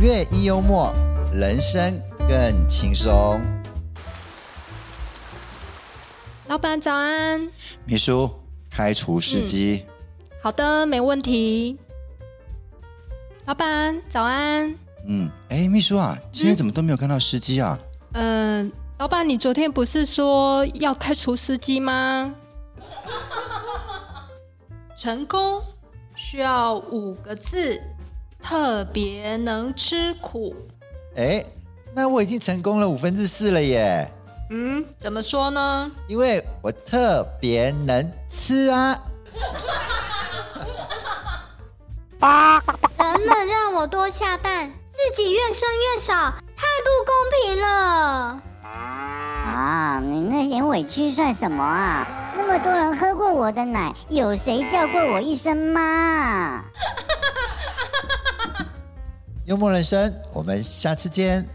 乐一幽默，人生更轻松。老板早安，秘书，开除司机。好的，没问题。老板早安，嗯，哎、秘书啊，今天怎么都没有看到司机啊？嗯、老板，你昨天不是说要开除司机吗？成功需要五个字，特别能吃苦。哎、那我已经成功了五分之四了耶，嗯，怎么说呢？因为我特别能吃啊。能不能让我多下蛋？自己越生越少，太不公平了！啊，你那点委屈算什么啊？那么多人喝过我的奶，有谁叫过我一声妈啊？幽默人生，我们下次见，